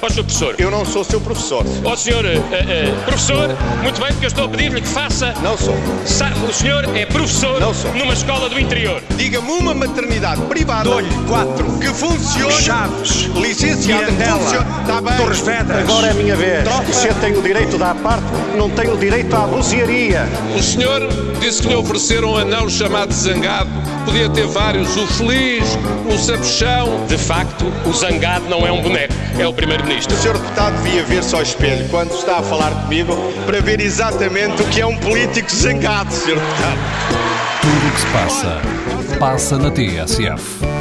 Ó, senhor professor. Eu não sou seu professor. Ó, senhor eh, eh, professor, muito bem, porque eu estou a pedir-lhe que faça. Não sou. Sa- O senhor é professor Não sou. numa escola do interior. Diga-me uma maternidade privada Dou-lhe quatro. que funcione. Chaves. Licenciada, que Mirandela. funcione. Está bem. Torres Vedras. Agora é a minha vez. Tropa. Você tem o direito da parte, não tem o direito à bruxaria. O senhor disse que lhe ofereceram um anel chamado Zangado. Podia ter vários, o Feliz, o Sabichão. De facto, o zangado não é um boneco, é o primeiro-ministro. O senhor deputado devia ver-se ao espelho quando está a falar comigo para ver exatamente o que é um político zangado, senhor deputado. Tudo o que se passa, passa na TSF.